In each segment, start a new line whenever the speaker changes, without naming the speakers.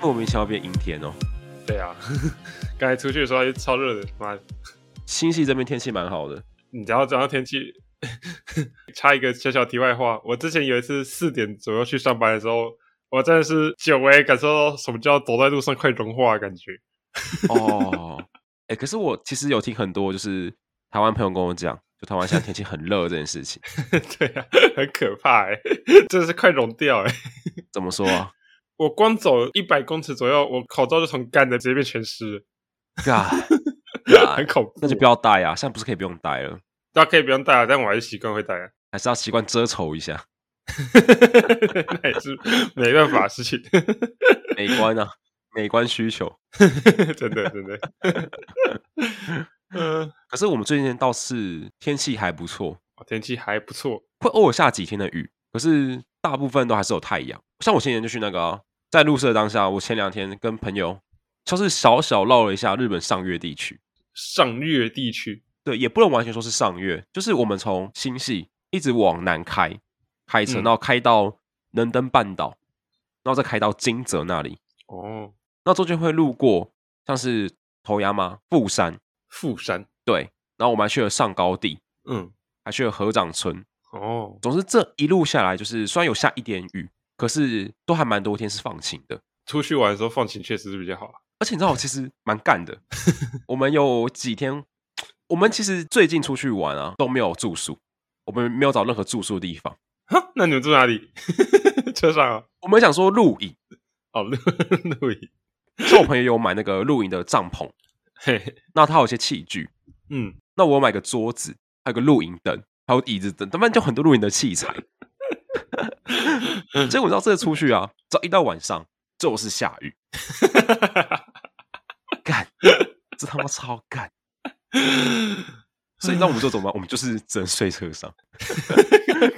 莫名其妙变阴天哦。
对啊， 刚才出去的时候还超热的，妈，
新系这边天气蛮好的，
你只要讲到天气， 插一个小小题外话，我之前有一次四点左右去上班的时候，我真的是久违感受到什么叫走在路上快融化的感觉。
哦，哎、可是我其实有听很多，就是台湾朋友跟我讲，就台湾现在天气很热这件事 情，
对啊，很可怕哎、 真的是快融掉哎、
怎么说 啊？
我光走一百公尺左右，我口罩就从干的直接变全湿
嘎，
了，很恐怖。
那就不要戴啊！现在不是可以不用戴了，
大家可以不用戴啊，但我还是习惯会戴啊，
还是要习惯遮丑一下，
那也是没办法的事情，
美观啊，美观需求。
真的真的。嗯、
可是我们最近倒是天气还不错，
天气还不错，
会偶尔下几天的雨，可是大部分都还是有太阳。像我前几天就去那个啊、在入社当下，我前两天跟朋友就是小小绕了一下日本上越地区，
上越地区
对，也不能完全说是上越，就是我们从新系一直往南开，开车，然
嗯
后开到能登半岛，然后再开到金泽那里，
哦，
那中间会路过像是头牙吗？富山，
富山，
对，然后我们还去了上高地，
嗯，
还去了合掌村。
哦，
总之这一路下来，就是虽然有下一点雨，可是都还蛮多天是放晴的。
出去玩的时候放晴确实是比较好啊。
而且你知道，我其实蛮干的。我们有几天，我们其实最近出去玩啊，都没有住宿，我们没有找任何住宿的地方。
哈，那你们住哪里？ 车上啊？
我们想说露营，
哦， 露露营，
像我朋友有买那个露营的帐篷，
嘿，
那他有一些器具，
嗯，
那我有买个桌子，还有个露营灯，还有椅子等，他们就很多露营的器材。结果你知道，这次出去啊，只要一到晚上就是下雨，干，这他妈超干。所以你知道我们就怎么办？我们就是只能睡车上，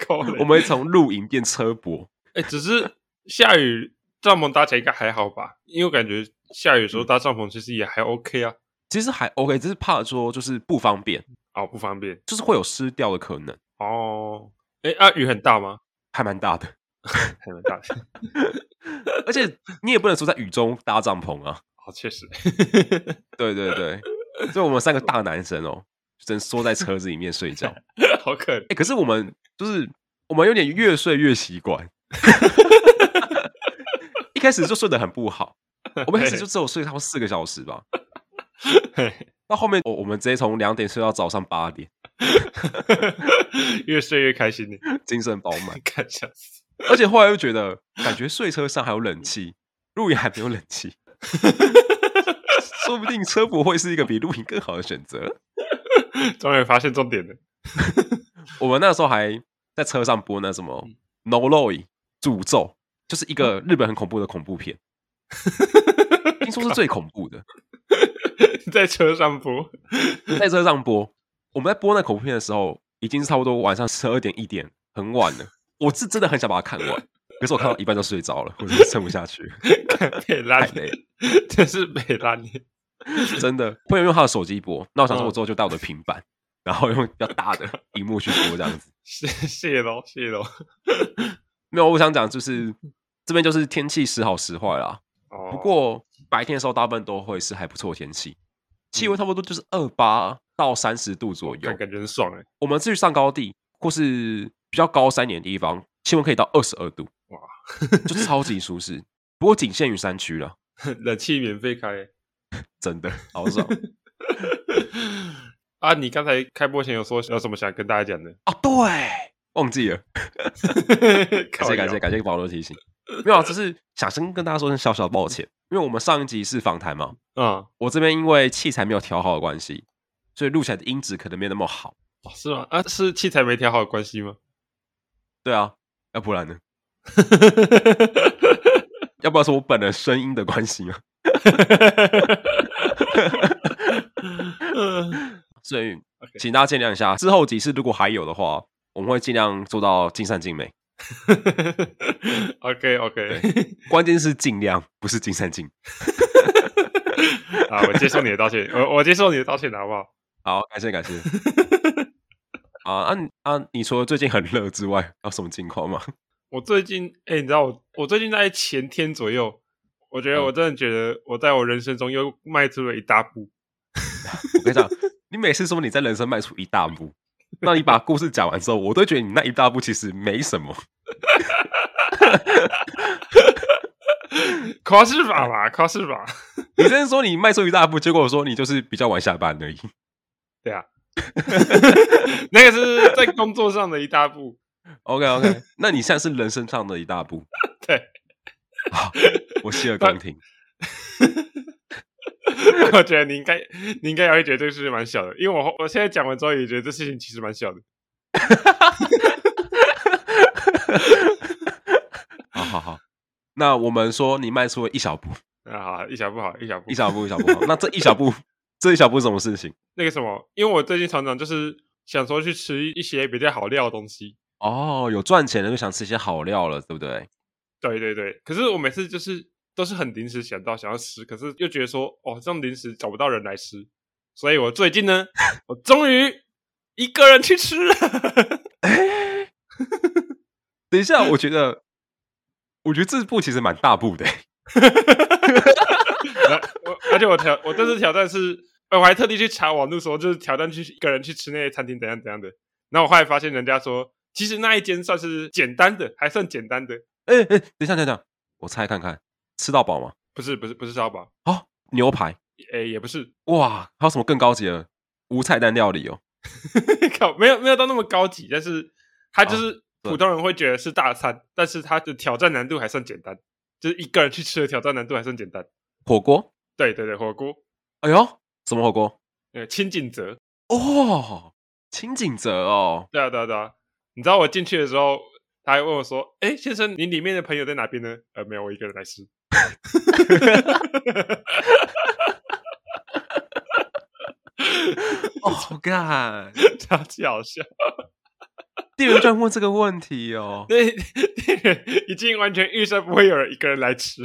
够了
我们会从露营变车泊。
哎、只是下雨帐篷搭起来应该还好吧？因为我感觉下雨的时候搭帐篷其实也还 OK 啊。
其实还 OK，只是怕说就是不方便，
哦，不方便
就是会有湿掉的可能，
哦。哎、啊，雨很大吗？
还蛮大的。
还蛮大的。
而且你也不能说在雨中搭帐篷啊。
哦，确实。
对对对，所以我们三个大男生哦，只能缩在车子里面睡觉。哎、
好可怜，
可是我们就是我们有点越睡越习惯，一开始就睡得很不好，我们一开始就只有睡差不多四个小时吧。到后面，我我们直接从两点睡到早上八点，
越睡越开心呢，
精神饱满。
看笑死。
而且后来又觉得，感觉睡车上还有冷气，露营还没有冷气，说不定车不会是一个比露营更好的选择。
终于发现重点了。
我们那时候还在车上播那什么《No l o y 诅咒，就是一个日本很恐怖的恐怖片，听说是最恐怖的。
在车上播，
在车上播，我们在播那恐怖片的时候，已经是差不多晚上十二点一点，很晚了。我是真的很想把它看完，可是我看到一半就睡着了，我真的撑不下去，
看北
太
烂，
累了。
真是北烂。
真的，朋友用他的手机播，那我想说，
嗯
我之后就带我的平板，然后用比较大 的荧幕去播这样子。
谢谢喽，谢喽。
没有，我想讲就是这边就是天气时好时坏啦。
哦，
不过白天的时候，大部分都会是还不错的天气，气温差不多就是二八到三十度左右
嗯看。感觉很爽 哎，
我们至于上高地或是比较高山点的地方，气温可以到二十二度，哇
哇，
就超级舒适。不过仅限于山区了，
冷气免费开欸。
真的好 爽
啊，你刚才开播前有说有什么想跟大家讲的？
啊！对，忘记了。感
感
谢感谢感谢保罗提醒。没有啊，只是想先跟大家说声小小抱歉，因为我们上一集是访谈嘛，
啊、
我这边因为器材没有调好的关系，所以录起来的音质可能没那么好。
哦是吗？啊，是器材没调好的关系吗？
对啊，要不然呢？要不要说我本人声音的关系啊？
嗯
所以
OK
请大家见谅一下。之后几次如果还有的话，我们会尽量做到尽善尽美。
OK OK，
关键是尽量，不是尽善尽美。
啊，我接受你的道歉，我我接受你的道歉，好不好？
好，感谢感谢。啊啊你啊！你除了最近很热之外，还有什么近况吗？
我最近，哎、你知道我，我最近在前天左右，我觉得我真的觉得我在我人生中又迈出了一大步。
我跟你讲，你每次说你在人生迈出一大步，那你把故事讲完之后，我都觉得你那一大步其实没什么。
夸饰法嘛，夸饰法，
你真是说你迈出一大步，结果我说你就是比较晚下班而已。
对啊，那个是在工作上的一大步。
OK OK，那你现在是人生上的一大步。
对，
好，我洗耳恭听。
我觉得你应该，你应该也会觉得这个事情蛮小的，因为我我现在讲完之后也觉得这事情其实蛮小的。
好好好，那我们说你迈出了一小步，
啊，好，一小步好，一小步
一，小步，一小步。好那这一小步， 这一小步是什么事情？
那个什么，因为我最近常常就是想说去吃一些比较好料的东西。
哦，有赚钱了就想吃一些好料了，对不对？
对对对，可是我每次就是都是很临时想到想要吃，可是又觉得说哦，这样临时找不到人来吃，所以我最近呢，我终于一个人去吃了。
等一下，我觉得，我觉得这步其实蛮大步的。
我而且我挑我这次挑战是，呃我还特地去查网络说，就是挑战去一个人去吃那些餐厅怎样怎样的。然后我后来发现人家说，其实那一间算是简单的，还算简单的，
哎哎，等一下，等一下，我猜看看，吃到饱吗？
不是不是不是烧堡，
哦，牛排，
诶也不是，
哇，还有什么更高级的无菜单料理哦？
靠，没有没有到那么高级，但是它就
哦
是
对
普通人会觉得是大餐，但是它的挑战难度还算简单，就是一个人去吃的挑战难度还算简单。
火锅？
对对对，火锅，
哎呦，什么火锅？
呃，清景泽，
哦，清景泽哦，
对啊对啊对啊，你知道我进去的时候，他还问我说：“哎，先生，你里面的朋友在哪边呢？”呃，没有，我一个人来吃。
哦干，
超级好笑，
店员居然问这个问题哦，
那已经完全预设不会有人一个人来吃。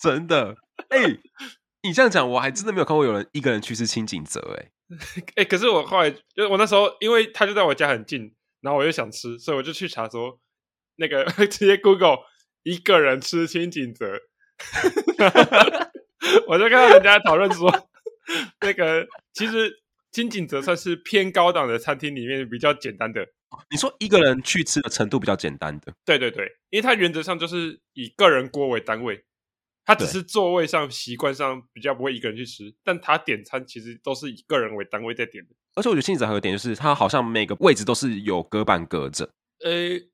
真的，哎、你这样讲，我还真的没有看过有人一个人去吃清景泽、哎，
哎、可是我后来就是我那时候，因为他就在我家很近，然后我又想吃，所以我就去查说那个 直接 Google 一个人吃清景泽， 我就看到人家讨论说，那个其实清景泽算是偏高档的餐厅里面比较简单的，
你说一个人去吃的程度比较简单的，
对对对，因为它原则上就是以个人锅为单位，它只
对
是座位上习惯上比较不会一个人去吃，但它点餐其实都是以个人为单位在点的。
而且我觉得清景泽还有一点就是，它好像每个位置都是有隔板隔着，
呃，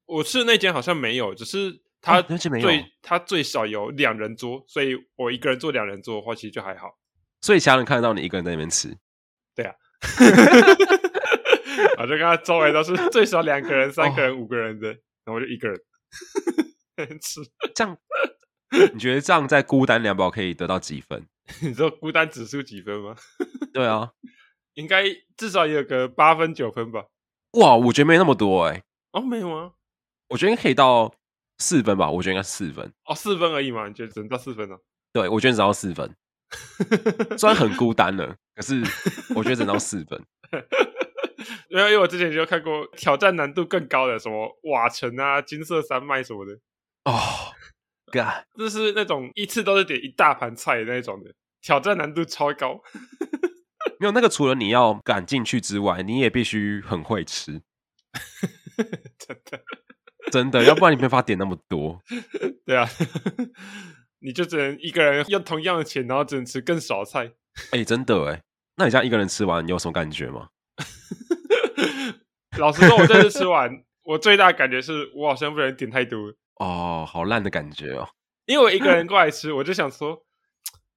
我吃的那间好像没有，只是它
哦那间没有
最、它最少有两人桌，所以我一个人坐两人桌的话，其实就还好。
所以其他人看得到你一个人在那边吃。
我就跟他周围都是最少两个人、三个
哦
人、五个人的，然后我就一个人 吃。
这样，你觉得这样在孤单两宝可以得到几分？
你知道孤单指数几分吗？
对啊，
应该至少也有个八分九分吧？
哇，我觉得没那么多哎、
哦，没有啊，
我觉得应该可以到四分吧，我觉得应该是四分。
哦，四分而已嘛，你觉得只能到四分哦？
对，我觉得只要四分，虽然很孤单了，可是我觉得只要四分。
没有，因为我之前就看过挑战难度更高的，什么瓦城啊、金色山脉什么的，
哦，God，
这是那种一次都是点一大盘菜的那种的，挑战难度超高。
没有那个，除了你要赶进去之外，你也必须很会吃，
真的，
真的，要不然你没法点那么多。
对啊， 你就只能一个人用同样的钱，然后只能吃更少的菜。
哎、真的哎，那你这样一个人吃完，你有什么感觉吗？
老实说，我这次吃完，我最大的感觉是我好像不能点太多了，
哦，好烂的感觉哦。
因为我一个人过来吃，我就想说，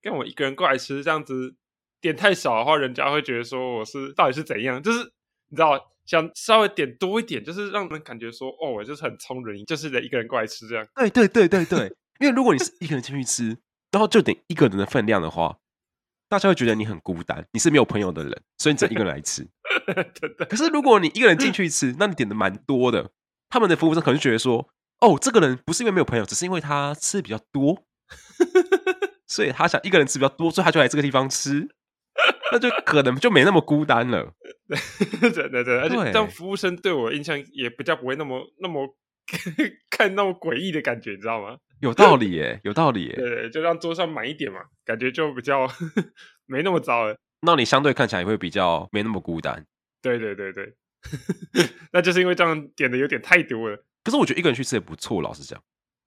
跟我一个人过来吃这样子点太少的话，人家会觉得说我是到底是怎样，就是你知道。想稍微点多一点，就是让人感觉说，哦，我就是很聪人，就是得一个人过来吃这样。
对对对对对，因为如果你是一个人进去吃，然后就点一个人的分量的话，大家会觉得你很孤单，你是没有朋友的人，所以你只能一个人来吃。
真的，
可是如果你一个人进去吃，那你点的蛮多的，他们的服务生可能就觉得说，哦，这个人不是因为没有朋友，只是因为他吃的比较多，所以他想一个人吃比较多，所以他就来这个地方吃，那就可能就没那么孤单了。
真的，真的，而且
对
这样服务生对我印象也比较不会那么那么看那么诡异的感觉，你知道吗？
有道理耶，有道理耶。
对，就让桌上满一点嘛，感觉就比较 没那么糟了。
那你相对看起来也会比较没那么孤单。
对对对对， 那就是因为这样点的有点太多了。
可是我觉得一个人去吃也不错，老实讲。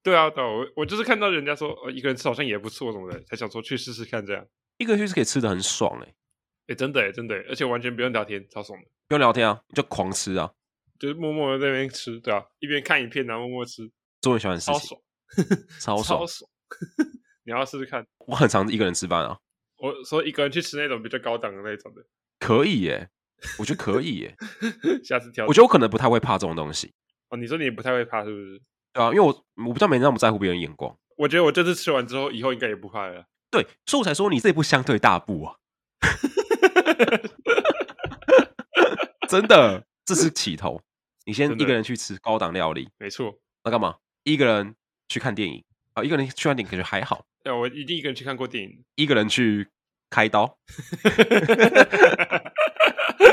对啊，对啊，我我就是看到人家说、呃、一个人吃好像也不错什么的，才想说去试试看这样。
一个人去是可以吃的很爽哎，
哎，真的哎，真的诶，而且完全不用聊天，超爽的，
不用聊天啊，你就狂吃啊，
就是默默的在那边吃，对啊，一边看影片然后默默吃，
做你喜欢的事
超
情，
爽，
超
超
爽。
爽。你要试试看，
我很常一个人吃饭啊，
我说一个人去吃那种比较高档的那种的，
可以耶，我觉得可以 耶。
下次挑。
我觉得我可能不太会怕这种东西，
哦，你说你也不太会怕是不是？
对啊，因为我我比较没那么在乎别人眼光，
我觉得我这次吃完之后，以后应该也不怕了啦。
对，所以我才说你这一步相对大步啊， 真的，这是起头。你先
真的
一个人去吃高档料理，
没错，
那干嘛？一个人去看电影啊，一个人去看电影感觉还好，
对啊，我一定一个人去看过 电影，
一个人去开刀，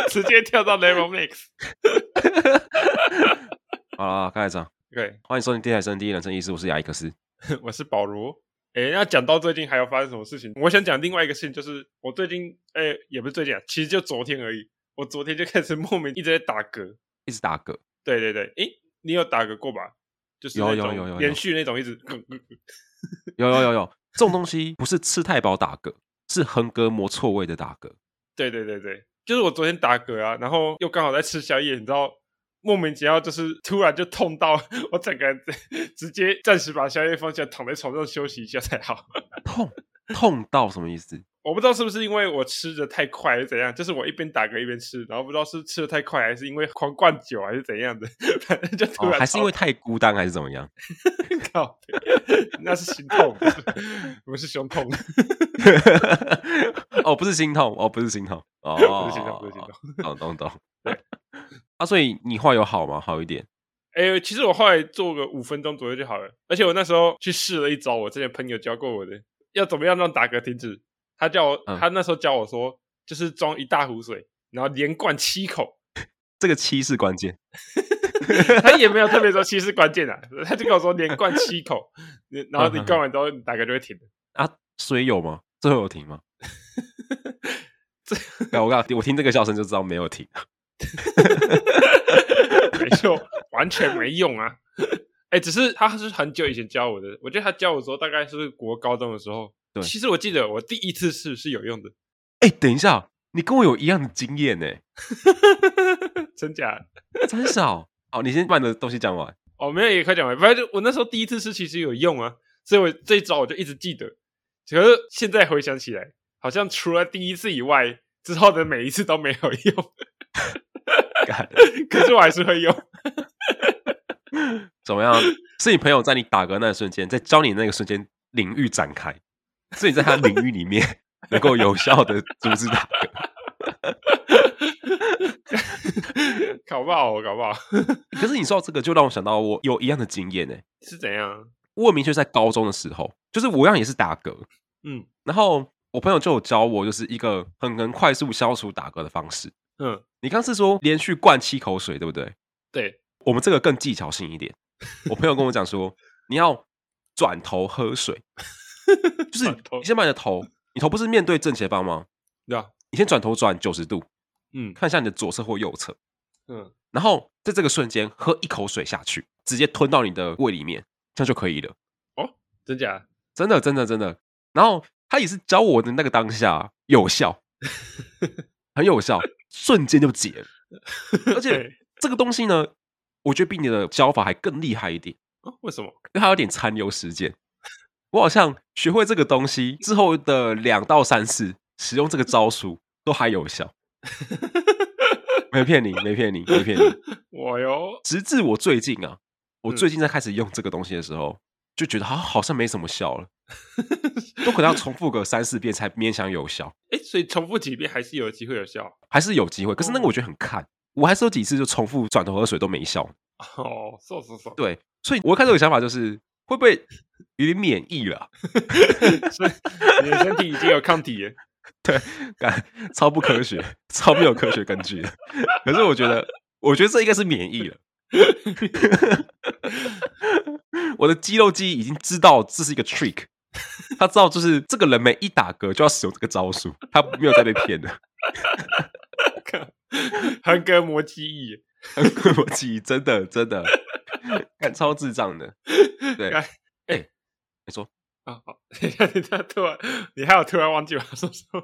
直接跳到 Level Max。
好啦，刚才讲，
OK，
欢迎收听《电台生第一人生意思》，我是雅伊克斯。
我是保罗。诶，那讲到最近还有发生什么事情？我想讲另外一个事情，就是我最近，诶，也不是最近啊，其实就昨天而已。我昨天就开始莫名一直在打嗝。
一直打嗝，
对对对，诶，你有打嗝过吧？就是
有
那
有
种
有有有
连续那种一直嗝嗝嗝。
有有有有，这种东西不是吃太饱打嗝，是横膈膜错位的打嗝。
对对对对，就是我昨天打嗝啊，然后又刚好在吃宵夜，你知道，莫名其妙就是突然就痛到 我整个人直接暂时把宵夜放下，躺在床上休息一下才好。
痛痛到什么意思？
我不知道是不是因为我吃的太快还是怎样，就是我一边打嗝一边吃，然后不知道是吃的太快还是因为狂灌酒还是怎样的， 反正就 突
哦
然、，
还是因为太孤单，还是怎么 样？
靠背， 那是心痛， 不是不是胸痛，
哦，不是心痛，哦，不是心痛，哦，
不是心痛，不是心痛。
痛，懂懂懂。啊，所以你话有好吗？好一点，
哎、其实我后来做个五分钟左右就好了，而且我那时候去试了一招，我之前朋友教过我的，要怎么样让打嗝停止。他叫我，
嗯
他那时候教我说，就是装一大壶水，然后连灌七口。
这个七是关键。
他也没有特别说七是关键啊，他就跟我说连灌七口，你然
嗯
后你灌完之后，你打嗝就会停了。
啊，所以有吗？最后有停 吗？哎我告诉你，我听这个笑声就知道没有停。
没错，完全没用啊！哎、只是他是很久以前教我的，我觉得他教我的时候大概是国高中的时候。
对
其实我记得我第一次试是有用的，
哎、等一下，你跟我有一样的经验呢、
真假？
真少。好，你先把你的东西讲完。
哦，没有，也快讲完。反正就我那时候第一次试其实有用啊，所以我这一招我就一直记得。可是现在回想起来，好像除了第一次以外，之后的每一次都没有用。
干
可是我还是会用。
怎么样？是你朋友在你打嗝那一瞬间，在教你那个瞬间领域展开，所以你在他领域里面能够有效的阻止打嗝。
搞不好，哦搞不好
可是你说到这个，就让我想到我有一样的经验呢、欸
是怎样？
我很明确在高中的时候，就是我一样也是打嗝，
嗯
然后我朋友就有教我，就是一个很能快速消除打嗝的方式。
嗯，
你刚是说连续灌七口水，对不对？
对，
我们这个更技巧性一点。我朋友跟我讲说，你要转头喝水，就是
转头
你先把你的头，你头不是面对正前方吗？
对啊，
你先转头转九十度，
嗯
看一下你的左侧或右侧，
嗯，
然后在这个瞬间喝一口水下去，直接吞到你的胃里面，这样就可以了。
真假？
真的，真的，真的。然后他也是教我的那个当下有效，很有效，瞬间就解了。而且
对
这个东西呢，我觉得比你的教法还更厉害一点。
啊，为什么？
因为它有点残留时间。我好像学会这个东西之后的两到三次，使用这个招数都还有效。没骗你，没骗你，没骗你。
我哟，
直至我最近啊，我
嗯
最近在开始用这个东西的时候，就觉得它好像没什么效了，都可能要重复个三四遍才勉强有效，
哎，所以重复几遍还是有机会有效
还是有机会。可是那个我觉得很看，我还是有几次就重复转头喝水都没效。
哦，瘦瘦 瘦，
对，所以我一开始有个想法就是，会不会有点免疫了啊、
所以你的身体已经有抗体了。
干超不科学， 超没有科学根据的。可是我觉得，我觉得这应该是免疫了。 我的肌肉记忆已经知道这是一个 trick，他 知道就是这个人每一打嗝就要使用这个招数，他没有再被骗的。
横膈膜记忆，
我记忆真的真的，干超智障的。对，
干
哎、你说
啊，好，等一下，等一下，突然，你还有突然忘记我要说什么？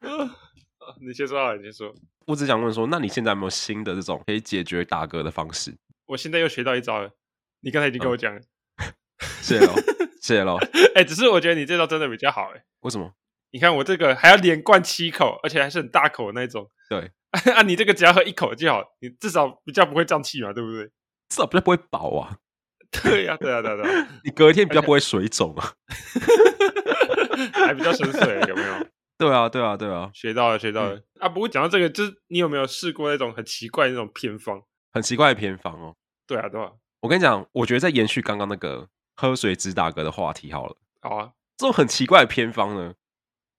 啊你先说好了，你先说。
我只想问说，那你现在有没有新的这种可以解决打嗝的方式？
我现在又学到一招了，你刚才已经跟我讲了。
谢喽，谢喽。
哎、只是我觉得你这招真的比较好哎、
为什么？
你看我这个还要连灌七口，而且还是很大口的那种。
对，
啊，你这个只要喝一口就好，你至少比较不会胀气嘛，对不对？
至少比较不会饱啊，
对呀、对呀、对呀、对呀、
你隔一天比较不会水肿啊。
还比较省水，有没有？
对啊，对啊，对啊，
学到了，学到了、啊！不过讲到这个，就是你有没有试过那种很奇怪的那种偏方？
很奇怪的偏方哦。
对啊，对啊，
我跟你讲，我觉得在延续刚刚那个喝水只打嗝的话题好了，
好啊，
这种很奇怪的偏方呢，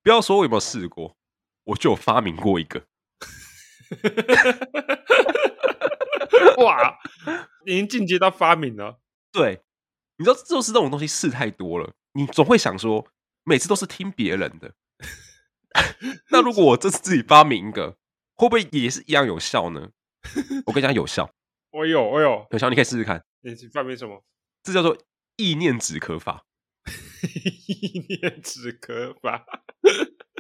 不要说我有没有试过，我就有发明过一个。
哇，已经进阶到发明了。
对，你知道，就是这种东西试太多了，你总会想说，每次都是听别人的。 那如果我这次自己发明一个，会不会也是一样有效呢？我跟你讲，有效，
我有，我有，
有效，你可以试试看。
哎你是发明什么？
这叫做意念止咳法。
意念止咳法？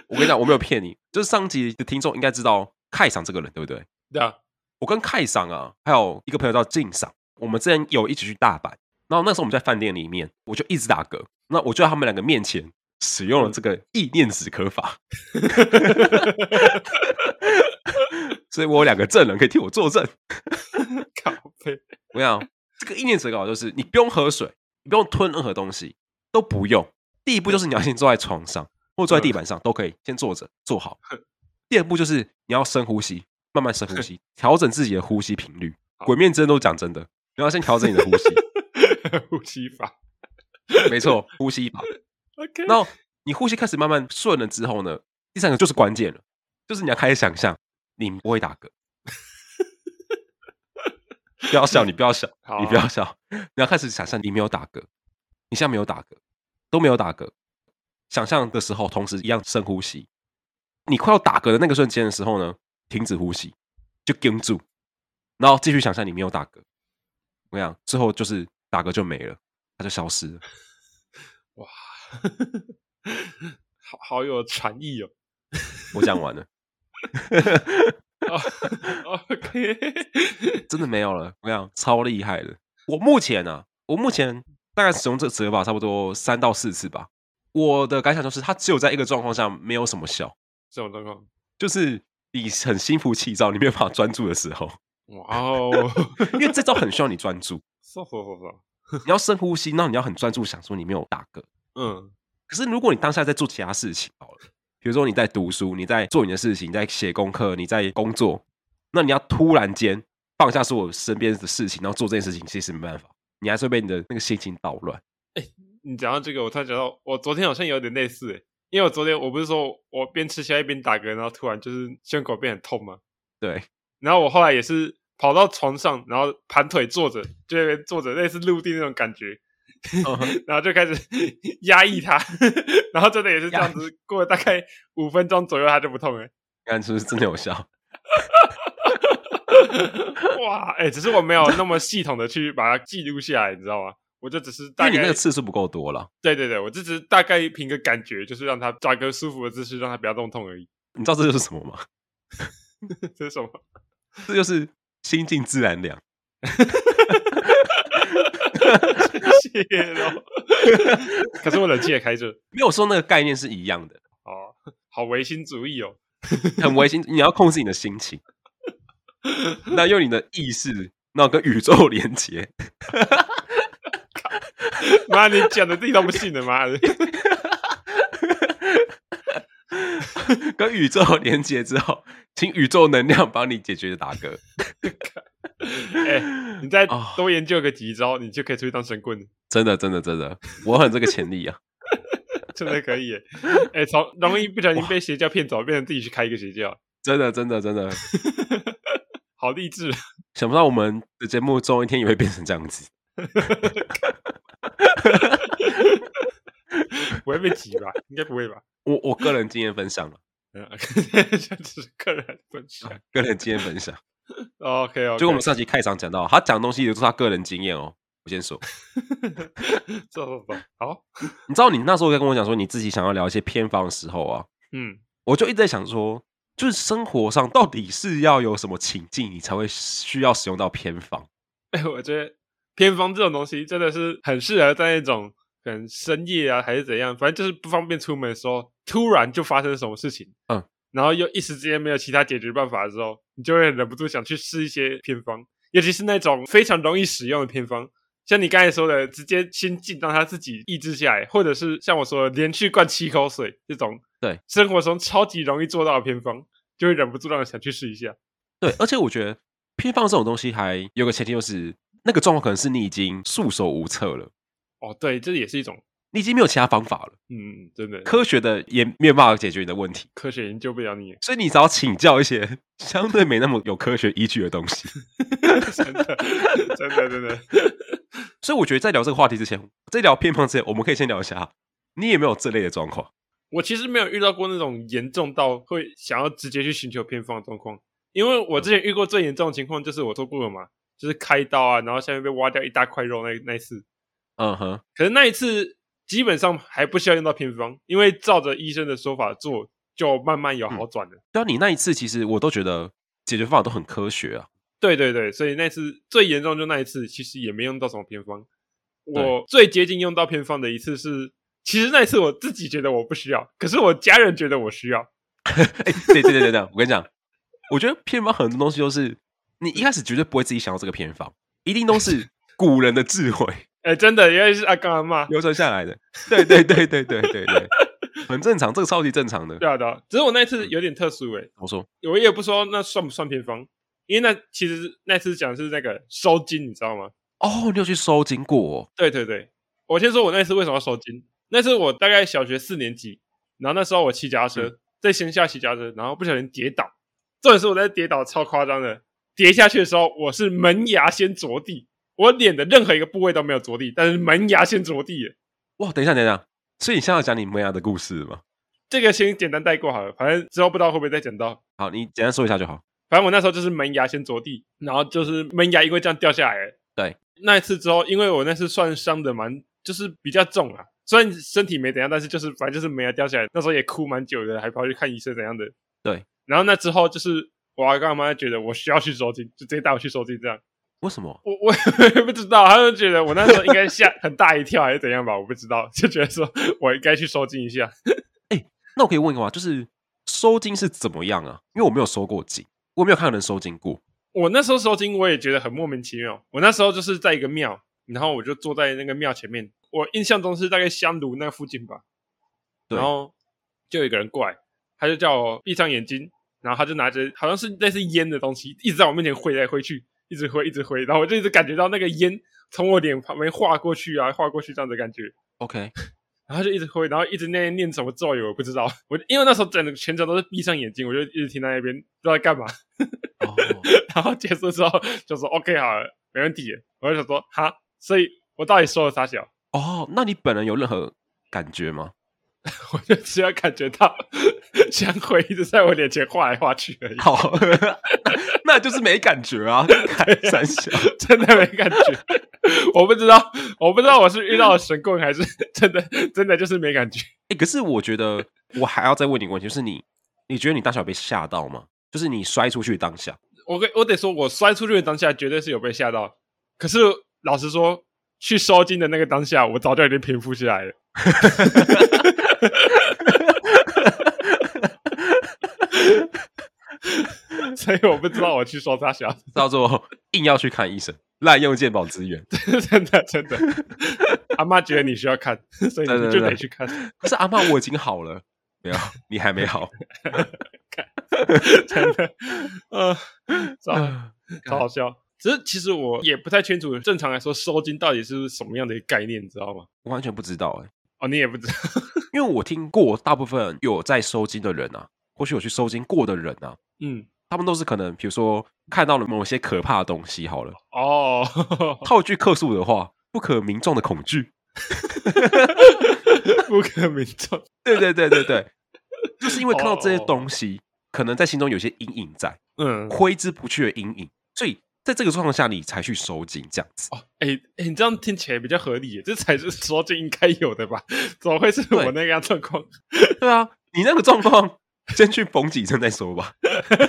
我跟你讲，我没有骗你，就是上集的听众应该知道凯赏这个人，对不对？
对啊，
我跟凯赏啊，还有一个朋友叫静赏，我们之前有一起去大阪，然后那时候我们在饭店里面，我就一直打嗝，那我就在他们两个面前使用了这个意念止咳法， 所以我有两个证人可以替我作证。
靠背，
我想这个意念止咳法就是你不用喝水，你不用吞任何东西，都不用。第一步就是你要先坐在床上或者坐在地板上都可以，先坐着坐好。第二步就是你要深呼吸，慢慢深呼吸，调整自己的呼吸频率。
好
鬼面之刃都讲真的，你要先调整你的呼吸。
呼吸法。
没错，呼吸法。
OK，
然后你呼吸开始慢慢顺了之后呢，第三个就是关键了，就是你要开始想象你不会打嗝。不要笑，你不要笑，
好啊
你不要笑，你要开始想象你没有打嗝，你现在没有打嗝，都没有打嗝。想象的时候，同时一样深呼吸。你快要打嗝的那个瞬间的时候呢，停止呼吸，就盯住，然后继续想象你没有打嗝。我跟你讲，最后就是打嗝就没了，它就消失了。
哇， 好好有禅意哦。
我讲完了。
哦 OK，
真的没有了。我跟你讲，超厉害的。我目前啊，我目前大概使用这个折法差不多三到四次吧。我的感想就是，它只有在一个状况下没有什么效，
这种状况，
就是你很心浮气躁，你没有办法专注的时候，
哇哦，
因为这招很需要你专注，
嗖嗖嗖嗖，
你要深呼吸，然后你要很专注，想说你没有打嗝。
嗯，
可是如果你当下在做其他事情好了，比如说你在读书，你在做你的事情，你在写功课，你在工作，那你要突然间放下所有身边的事情，然后做这件事情，其实没办法，你还是会被你的那个心情捣乱。
你讲到这个，我突然想到，我昨天好像有点类似诶，因为我昨天我不是说我边吃宵夜边打嗝，然后突然就是胸口变很痛嘛，
对，
然后我后来也是跑到床上，然后盘腿坐着，就在那边坐着，类似陆地那种感觉，嗯然后就开始 压抑它， 然后真的也是这样子，过了大概五分钟左右，它就不痛了。
看是不是真的有效？
哇，哎、只是我没有那么系统的去把它记录下来，你知道吗？我就只是
因
大
为你
概
那个次数不够多了。
对对对，我就只是大概凭个感觉，就是让它找个舒服的姿势，让它不要那么痛而已。
你知道这就是什么吗？
这是什么？
这就是心静自然凉。
谢谢咯。 可是我冷气也开着，
没有说那个概念是一样的，
哦，好唯心主义哦。
很唯心。你要控制你的心情，那用你的意识，那跟宇宙 连接。
妈，你讲的自己都不信了，妈的！
跟宇宙连接之后，请宇宙能量帮你解决打嗝。
哎、 你再
哦
多研究个几招，你就可以出去当神棍，
真的，真的，真的，我很这个潜力啊！
真的可以耶。哎、从容易不小心被邪教骗走，变成自己去开一个邪教，
真的，真的，真的，
好励志。啊
想不到我们的节目终有一天也会变成这样子。
不会被挤吧？应该不会吧？
我我个人经验分享了，
嗯， 这只是个人分享。
个人经验分享，
OK OK，
就跟我 们上集开场讲到，他讲的东西也都是他个人经验哦。我先说，
走走走，好，
你知道你那时候在跟我讲说你自己想要聊一些偏方的时候啊，
嗯，
我就一直在想说，就是生活上到底是要有什么情境你才会需要使用到偏方？
哎、我觉得偏方这种东西真的是很适合在那种可能深夜啊，还是怎样，反正就是不方便出门的时候，突然就发生什么事情，
嗯，
然后又一时之间没有其他解决办法的时候，你就会忍不住想去试一些偏方，尤其是那种非常容易使用的偏方。像你刚才说的，直接心静让它自己抑制下来，或者是像我说的，连续灌七口水这种，
对
生活中超级容易做到的偏方，就会忍不住让人想去试一下。
对，而且我觉得偏方这种东西还有个前提，就是那个状况可能是你已经束手无策了，
哦，对，这也是一种，
你已经没有其他方法了，
嗯，真的，
科学的也没有办法解决你的问题，
科学研究不了你，
所以你只要请教一些 相对没那么有科学依据的东西。
真的，真的，真的，
所以我觉得在聊这个话题之前，在聊偏方之前，我们可以先聊一下，你有没有这类的状况？
我其实没有遇到过那种严重到会想要直接去寻求偏方的状况，因为我之前遇过最严重的情况就是我说过了嘛，就是开刀啊，然后下面被挖掉一大块肉那那一次，
嗯哼，
可是那一次基本上还不需要用到偏方，因为照着医生的说法做，就慢慢有好转了。
对啊，你那一次其实我都觉得解决方法都很科学啊。
对对对，所以那次最严重就那一次，其实也没用到什么偏方。
对
我最接近用到偏方的一次是，其实那一次我自己觉得我不需要，可是我家人觉得我需要。
哎、对对对对对，我跟你讲，我觉得偏方很多东西都是你一开始绝对不会自己想到这个偏方，一定都是古人的智慧
哎，真的，原来是阿刚阿妈。
流传下来的。对对对对对对对，很正常，这个超级正常的。
对啊对啊，只是我那一次有点特殊诶、哎
我说，
我也不说那算不算偏方，因为那其实那次讲的是那个收筋，你知道吗？
哦，你有去收经过、哦？
对对对，我先说我那次为什么要收筋。那次我大概小学四年级，然后那时候我骑脚踏车，在乡下骑脚踏车，然后不小心跌倒。重点是我在跌倒超夸张的，跌下去的时候我是门牙先着地，我脸的任何一个部位都没有着地，但是门牙先着地了。
哇，等一下等一下，所以你现在要讲你门牙的故事吗？
这个先简单带过好了，反正之后不知道会不会再讲到。
好，你简单说一下就好。
反正我那时候就是门牙先着地，然后就是门牙因为这样掉下来了。
对，
那一次之后，因为我那次算伤的蛮，就是比较重啊，虽然身体没怎样，但是就是反正就是门牙掉下来，那时候也哭蛮久的，还跑去看医生怎样的。
对，
然后那之后就是我阿干妈觉得我需要去收金，就直接带我去收金这样。
为什么？
我 我我也不知道，他就觉得我那时候应该吓很大一跳还是怎样吧，我不知道，就觉得说我应该去收金一下。
那我可以问一个吗？就是收金是怎么样啊？因为我没有收过金，我没有看到人收金过。
我那时候收金，我也觉得很莫名其妙。我那时候就是在一个庙，然后我就坐在那个庙前面，我印象中是大概香炉那附近吧。
对
然后就有一个人过来，他就叫我闭上眼睛，然后他就拿着好像是类似烟的东西，一直在我面前挥来挥去，一直挥一直挥，然后我就一直感觉到那个烟从我脸旁边划过去啊，划过去这样的感觉。
OK，
然后就一直挥，然后一直念念什么咒语，我不知道。我因为那时候整个全程都是闭上眼睛，我就一直听到那边不知道在干嘛。
哦，
然后结束之后就说 OK 好了，没问题了。我就想说哈，所以我到底说了啥小？
哦，那你本人有任何感觉吗？
我就只有感觉到香灰一直在我脸前画来画去而已，
好，那就是没感觉啊， 三 小。
真的没感觉。 我不知道，我不知道我是遇到了神棍还是真的真的就是没感觉。
哎、可是我觉得我还要再问你一个问题，就是你，你觉得你当下有被吓到吗？就是你摔出去当下，
我跟我得说，我摔出去的当下绝对是有被吓到。可是老实说，去收金的那个当下，我早就已经平复下来了。 所以我不知道我去收他小，
叫 做硬要去看医生，滥用健保资源。
真的真的，阿妈觉得你需要看，所以你就得去看。
可是阿妈我已经好了，没有，你还没好。
真的，呃，
嗯
超超好笑。只是其实我也不太清楚，正常来说收金到底是什么样的一个概念，你知道吗？
我完全不知道哎、
哦，你也不知道，
因为我听过大部分有在收金的人啊，或许有去收金过的人啊，
嗯，
他们都是可能比如说看到了某些可怕的东西，好了，
哦，
套一句客诉的话，不可名状的恐惧，
不可名状。
对对对对对，就是因为看到这些
哦
东西，可能在心中有些阴影在，
嗯，
挥之不去的阴影，所以在这个状况下，你才去收紧这样子。
哦，哎、哎，你这样听起来比较合理耶，这才是说就应该有的吧？怎么会是
对
我那个样状况？
对啊，你那个状况，先去缝几针再说吧。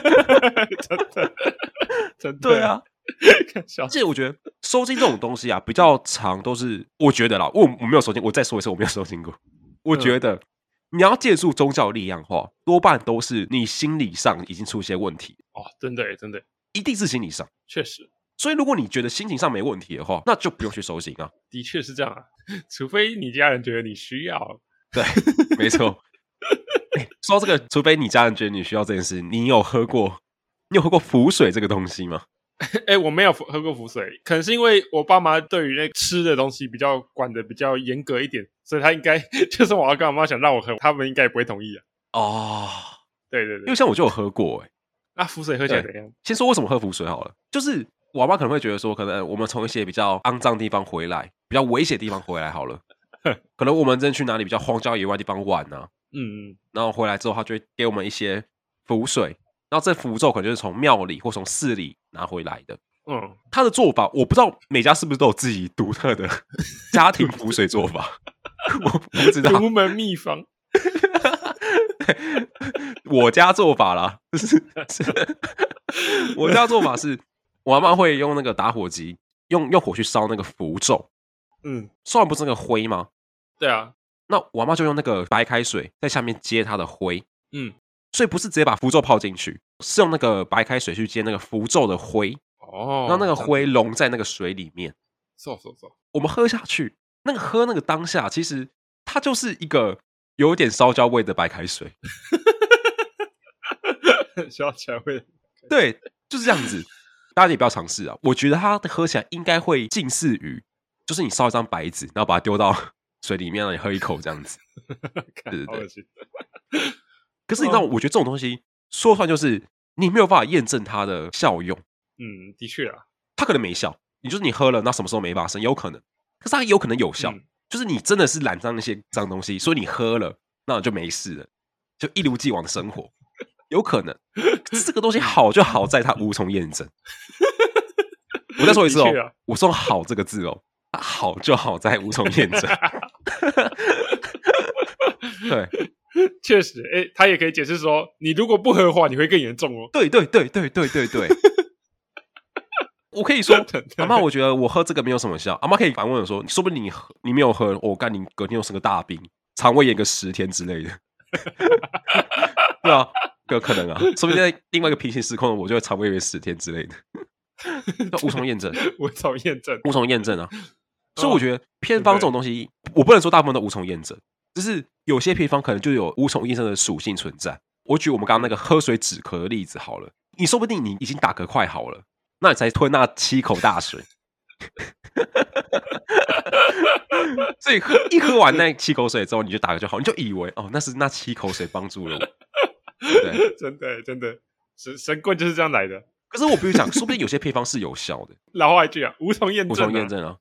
真的，真的，
对 啊，，
看笑
而且我觉得收金这种东西啊，比较长都是我觉得啦，我我没有收金，我再说一次，我没有收金过。我
嗯
觉得、你要借助宗教力量的话，多半都是你心理上已经出现问题，
哦，真的耶，真的耶，
一定是心理上。
确实，
所以如果你觉得心情上没问题的话，那就不用去收金啊。
的确是这样啊。 除非你家人觉得你需要，
对，没错。哎说到这个，除非你家人觉得你需要这件事，你有喝过，你有喝过浮水这个东西吗？
哎、我没有喝喝过浮水，可能是因为我爸妈对于那吃的东西比较管的比较严格一点，所以他应该 就算我要跟我妈想让我喝，他们应该也不会同意啊。
哦，
对对
因为
对，
像我就有喝过、哎，
那、浮水喝起来怎样？
先说为什么喝浮水好了，就是我妈可能会觉得说，可能我们从一些比较肮脏的地方回来，比较危险的地方回来好了，可能我们真的去哪里比较荒郊野外的地方玩呢、
嗯嗯，
然后回来之后，她就会给我们一些符水，然后这符咒可能就是从庙里或从寺里拿回来的。
嗯，
她的做法，我不知道每家是不是都有自己独特 的家庭符水做法，我不知道。
独门秘方，
我家做法啦，是是，我家做法是，我阿妈会用那个打火机，用用火去烧那个符咒，
嗯，
烧完不是那个灰吗？
对啊，
那我阿妈就用那个白开水在下面接它的灰，
嗯，
所以不是直接把符咒泡进去，是用那个白开水去接那个符咒的灰，
哦，
让那个灰融在那个水里面。
走走走，
我们喝下去，那个喝那个当下，其实它就是一个有点烧焦味的白开水，
笑起来会
对，就是这样子。大家也不要尝试啊！我觉得它喝起来应该会近似于，就是你烧一张白纸，然后把它丢到水里面，让你喝一口这样子。
看
对对
好恶心。
可是你知道，
哦
我觉得这种东西说出来就是你没有办法验证它的效用，
嗯，的确啊，
它可能没效。你就是你喝了，那什么时候没发生？有可能，可是它有可能有效，
嗯
就是你真的是染上那些脏东西，所以你喝了，那你就没事了，就一如既往的生活，有可能。可是这个东西好就好在它无从验证。我再说一次哦
的确啊，
我说“好”这个字哦，它好就好在无从验证。 对
确实，哎、他也可以解释说，你如果不喝的话，你会更严重哦。
对对对对对对对， 我可以 说
真的，
阿妈，啊我觉得我喝这个没有什么效。阿妈可以反问我说：“说不定你喝你没有喝，我、干你隔天又生个大病，肠胃炎个十天之类的。”对啊，有可能啊，说不定在另外一个平行时空，我就会肠胃炎十天之类的， 那无从验证，
我找验证，
无从验证啊。所以
哦
我觉得偏方这种东西，我不能说大部分都无从验证，就是有些偏方可能就有无从验证的属性存在。我举我们刚刚那个喝水止咳的例子好了，你说不定你已经打嗝快好了，那你才吞那七口大水， 所以喝一喝完那七口水之后，你就打嗝就好，你就以为哦那是那七口水帮助了我。对，
真的真的，神神棍就是这样来的。
可是我必须讲，说不定有些配方是有效的，
老话一句啊，无从验
无
证、啊，
从验证啊。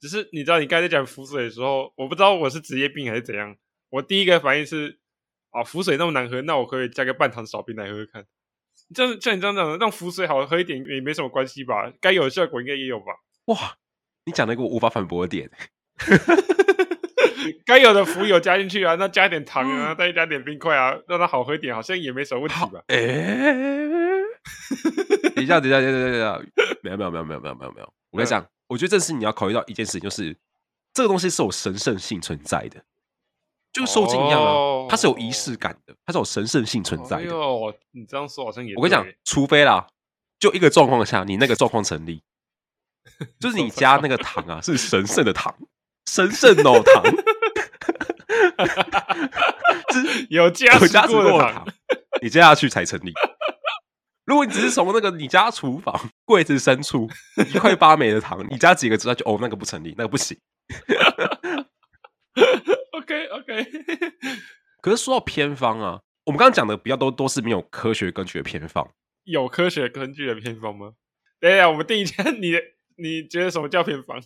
只是你知道，你刚才在讲浮水的时候，我不知道我是职业病还是怎样。我第一个反应是，啊，浮水那么难喝，那我可以加个半糖少冰来喝喝看。这样像你这样讲的，让浮水好喝一点也没什么关系吧？该有的效果应该也有吧？
哇，你讲了一个我无法反驳的点，
该有的浮油加进去啊，那加一点糖啊，再加点冰块啊，让它好喝一点，好像也没什么问题吧？
哎、等一下，等一下，等一下，等一下，没有，没有，没有，没有，没有，没有，没有。我跟你
嗯
讲，我觉得这是你要考虑到一件事情，就是这个东西是有神圣性存在的，就跟收金一样啊，
哦
它是有仪式感的，它是有神圣性存在
哎
的。
呦，你这样说好像也
我跟你讲
对，
除非啦，就一个状况下，你那个状况成立，就是你加那个糖啊，是神圣的糖，神圣哦糖，是
有加
有
持
加持
过
过
的
的
糖
糖， 你接下去才成立。如果你只是从那个你家厨房 柜子深处一块八枚的糖，你加几个之后就哦，那个不成立，那个不行。
OK OK，
可是说到偏方啊，我们刚刚讲的比较多都是没有科学根据的偏方，
有科学根据的偏方吗？等一下，我们定一下 你的，你觉得什么叫偏方？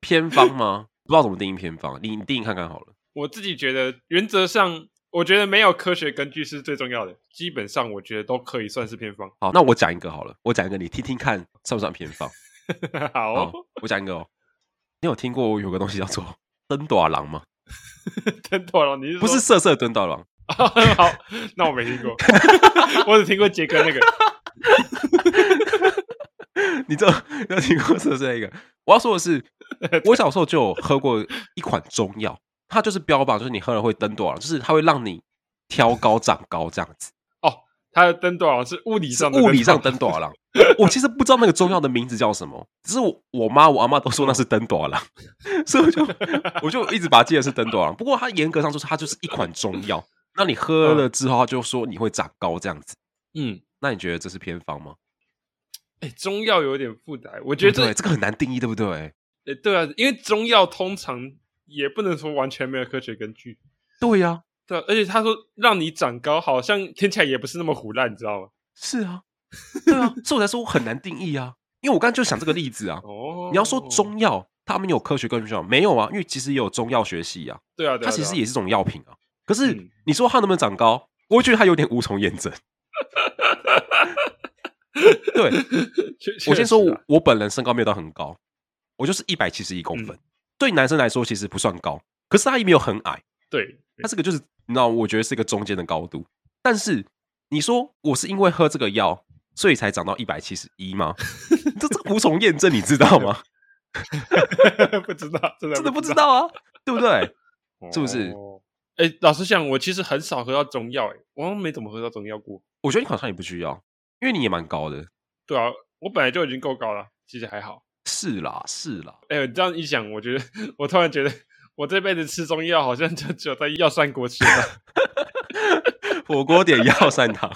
偏方吗？不知道怎么定义偏方，啊你你定义看看好了。
我自己觉得，原则上，我觉得没有科学根据是最重要的。基本上，我觉得都可以算是偏方。
好，那我讲一个好了，我讲一个，你听听看算不算偏方？
好
好
哦，，
我讲一个哦。你有听过有个东西叫做 灯短郎吗？
真妥了，你是
不是
说？
色 色灯短郎，
好，那我没听过， 我只听过杰哥那个。
你知道你有听过色色那个？我要说的 是，我小时候就有喝过一款中药，它就是标榜就是你喝了会灯短郎，就是它会让你挑高长高这样子。
他的灯多少是物理
是
上的
物理上
多
登短郎。 我其实不知道那个中药的名字叫什么，只是我我妈我阿妈都说那是登短郎， 所以我就我就一直把它记得是登短郎。不过它严格上就是它就是一款中药，那你喝了之后，它就说你会长高这样子。
嗯，
那你觉得这是偏方吗？
哎、中药有点复杂，我觉
对
得
对，这个很难定义，对不嗯对？
呃对啊，因为中药通常也不能说完全没有科学根据。
对呀、
对啊、而且他说让你长高，好像听起来也不是那么胡乱，你知道吗？
是啊，对啊，所以我才说我很难定义啊，因为我刚才就想这个例子啊。
哦，
你要说中药，他们有科学根据吗？没有啊，因为其实也有中药学系啊。
对啊，对啊，
它其实
也
也是种药品啊。可是
嗯
你说它能不能长高，我会觉得它有点无从验 证。对，我先
啊
说我，我本人身高没有到很高，我就是一百七十一
嗯
公分，对男生来说其实不算高，可是他也没有很矮，
对，
他这个就是你知道，我觉得是一个中间的高度。但是你说我是因为喝这个药，所以才长到一百七十一吗？ 这这无从验证，你知道吗？
不知道，真的
真的不
知
知，道啊，对不对？是不
哦
是？
哎、老实讲，我其实很少喝到中药、哎，我好像没怎么喝到中药过。
我觉得你好像也不需要，因为你也蛮高的。
对啊，我本来就已经够高了，其实还好。
是啦，是啦，
哎、你这样一想，我觉得我突然觉得，我这辈子吃中药好像就只有在药膳国吃了。
火锅点药膳堂。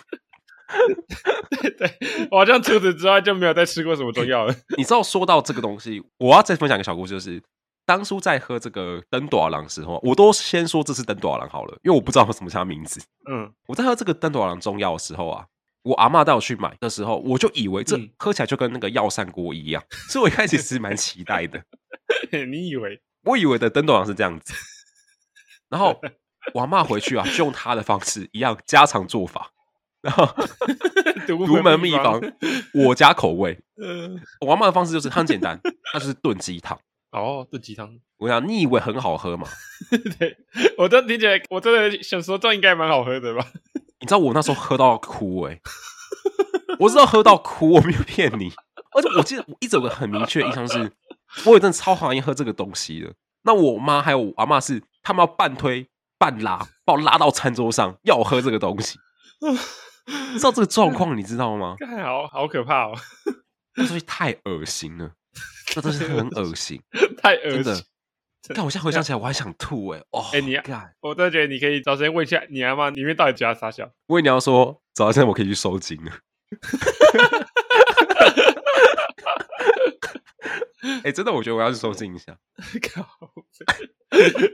对我好像除此之外就没有再吃过什么中药了。
你知道，说到这个东西，我要再分享一个小故事，就是当初在喝这个登朵郎时候，我都先说这是登朵郎好了，因为我不知道它什么叫它名字。
嗯，
我在喝这个登朵郎中药的时候啊，我阿嬷带我去买的时候，我就以为这
嗯
喝起来就跟那个药膳锅一样， 所以我一开始其实蛮期待的，
你以为？
我以为的登朵郎是这样子。然后我阿嬷回去啊，就用她的方式一样家常做法，然后
独
独门秘方，我家口味。
嗯，
我阿妈的方式就是她很简单，她就是炖鸡汤。
哦，炖鸡汤。
我想你以为很好喝嘛？
对，我都听起来，我真的想说，这应该蛮好喝的吧？
你知道我那时候喝到哭哎、我知道喝到哭，我没有骗你。而且我记得我一直有个很明确的印象是，我有一阵超讨厌喝这个东西的。那我妈还有我阿妈是他们要半推半拉，把我拉到餐桌上要我喝这个东西。知道这个状况你知道吗？
看，好好可怕哦，
那东西太恶心了，那真是很恶心，
太恶
真的
心。。
但我现在回想起来，我还想吐哎、哦，
哎你
干
我真的觉得你可以找时间问一下你阿妈里面到底加啥 小。
我以为你要说，早上我可以去收金了。哎、真的，我觉得我要去收金一下。
靠！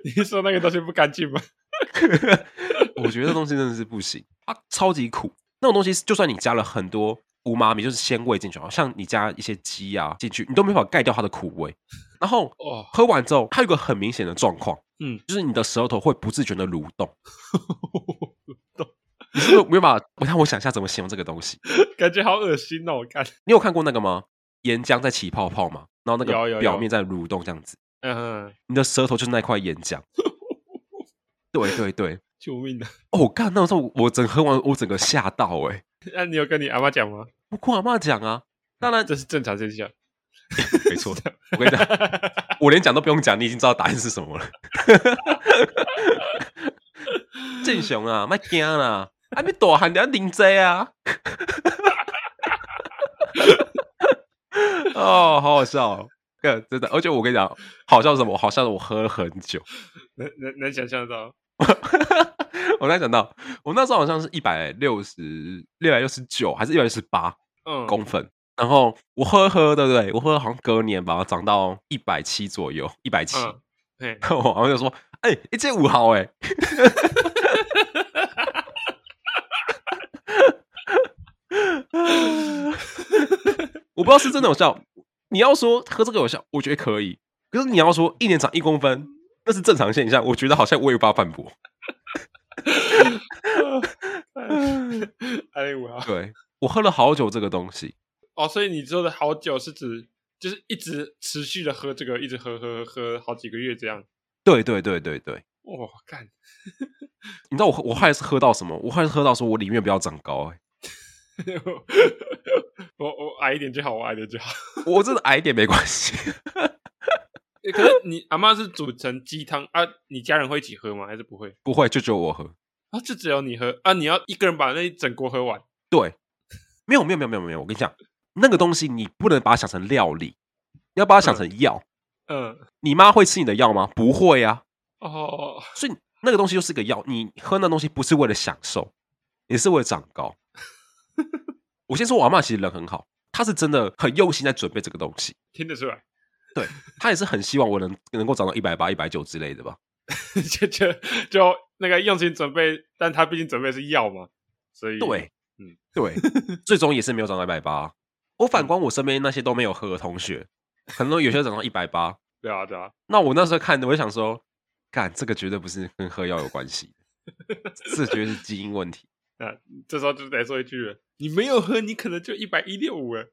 你是说那个东西不干净吗？
我觉得这东西真的是不行，它超级苦。那种东西，就算你加了很多无妈咪，就是鲜味进去，好像你加一些鸡啊进去，你都没法盖掉它的苦味。然后
哦，
喝完之后，它有一个很明显的状况，
嗯，
就是你的舌头会不自觉的蠕动。你是不是没有办法？我让我想一下怎么形容这个东西。
感觉好恶心哦！我看，
你有看过那个吗？岩浆在起泡泡吗？然后那
有有
个
有
表面在蠕动这样子。
嗯，
你的舌头就是那块岩浆。对对对，
救命啊！
哦，干，那时候我整喝完，我整个吓到哎、
那你有跟你阿妈讲吗？
我跟我阿妈讲啊，当然
这是正常现象。
没错， 我跟你讲，我连讲都不用讲，你已经知道答案是什么了。正雄啊，卖惊啦，还没大汉，你要领这啊。 哦，好好笑、哦，干真的，而且我跟你讲，好笑是什么？好笑的，我喝了很久。
能能能想象得到？
我刚才讲到，我那时候好像是一百六十六百六十九还是一百六十八
嗯，
公分，然后我喝喝，对不对？我喝好像隔年吧，长到一百七左右，一百七。
嗯，嘿，
我好像就说，哎、一件五毫、哎， 我不知道是真的有效。你要说喝这个有效，我觉得可以。可是你要说一年长一公分，那是正常现象，我觉得好像我也无法反 驳。
哎我
对我喝了好久这个东西，
哦，所以你说的好久是指就是一直持续的喝这个，一直喝喝喝喝好几个月这样。
对对对对对，
哇、干，
你知道我喝我后来是喝到什么？我后来是喝到说我里面不要长高、欸，
我我矮一点就好，我矮一点就好。
我真的矮一点没关系。
欸可是你阿妈是煮成鸡汤啊？你家人会一起喝吗？还是不会？
不会，就只有我喝。
啊，就只有你喝啊？你要一个人把那一整锅喝完？
对，没有没有没有没有没有，我跟你讲，那个东西你不能把它想成料理，你要把它想成药。
嗯，
你妈会吃你的药吗？不会啊，
哦，
所以那个东西就是个药。你喝那东西不是为了享受，也是为了长高。我先说，我阿妈其实人很好，她是真的很用心在准备这个东西，
听得出来，
她也是很希望我能能够长到一百八、一百九之类的吧。
就就就那个用心准备，但他毕竟准备是药嘛，所以
对，
嗯，
对，最终也是没有长到一百八。我反观我身边那些都没有喝的同学，可能有些长到一百八。
对啊对啊，
那我那时候看的，我就想说，干这个绝对不是跟喝药有关系，这绝对是基因问题。
这时候就得说一句了，你没有喝，你可能就一百一六五了。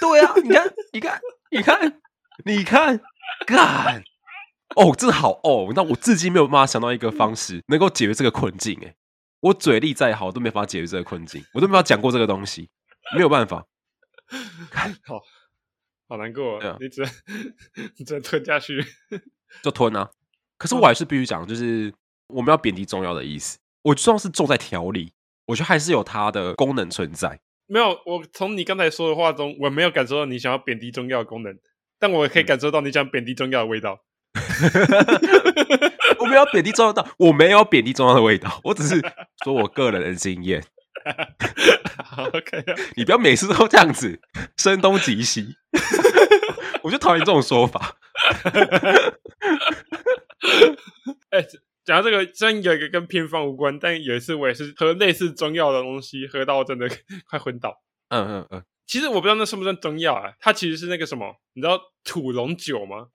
对啊，你看，你看，你看，你看，干！哦，真的好哦。那我至今没有办法想到一个方式能够解决这个困境、欸。哎，我嘴力再好都没办法解决这个困境，我都没办法讲过这个东西，没有办法。
好好难过哦、
哎对啊
你只能 你只能吞下去。
就吞啊。可
嗯
是我还是必须讲，就是我们要贬低中药的意思。我就算是重在调理，我觉得还是有它的功能存在。
没有，我从你刚才说的话中，我没有感受到你想要贬低中药的功能，但我
嗯
可以感受到你想贬低中药的味道。
我没有贬低中药的，我没有贬低中药的味道，我只是说我个人的经验。
好，OK，啊
你不要每次都这样子，声东击西。我就讨厌这种说法。
讲到这个，虽然有一个跟偏方无关，但有一次我也是喝类似中药的东西，喝到真的快昏倒。
嗯嗯嗯，
其实我不知道那算不算中药啊，它其实是那个什么，你知道土龙酒吗？